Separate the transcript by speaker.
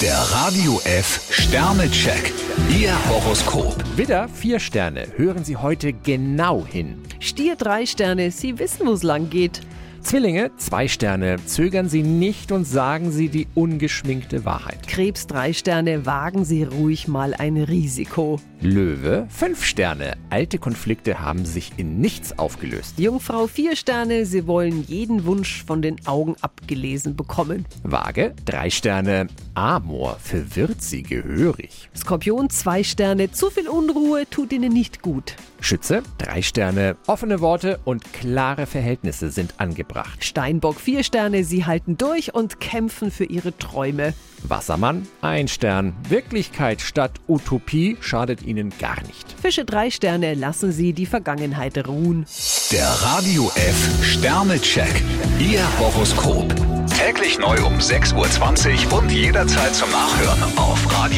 Speaker 1: Der Radio F Sternecheck. Ihr Horoskop.
Speaker 2: Widder, vier Sterne. Hören Sie heute genau hin.
Speaker 3: Stier drei Sterne, Sie wissen, wo es lang geht.
Speaker 2: Zwillinge, zwei Sterne. Zögern Sie nicht und sagen Sie die ungeschminkte Wahrheit.
Speaker 3: Krebs drei Sterne, wagen Sie ruhig mal ein Risiko.
Speaker 2: Löwe, fünf Sterne. Alte Konflikte haben sich in nichts aufgelöst.
Speaker 3: Jungfrau vier Sterne, Sie wollen jeden Wunsch von den Augen abgelesen bekommen.
Speaker 2: Waage, drei Sterne. Amor verwirrt Sie gehörig.
Speaker 3: Skorpion zwei Sterne, zu viel Unruhe tut Ihnen nicht gut.
Speaker 2: Schütze, drei Sterne. Offene Worte und klare Verhältnisse sind angebracht.
Speaker 3: Steinbock vier Sterne, Sie halten durch und kämpfen für Ihre Träume.
Speaker 2: Wassermann, ein Stern. Wirklichkeit statt Utopie schadet Ihnen gar nicht.
Speaker 3: Fische drei Sterne, lassen Sie die Vergangenheit ruhen.
Speaker 1: Der Radio F Sternecheck. Ihr Horoskop. Täglich neu um 6.20 Uhr und jederzeit zum Nachhören auf Radio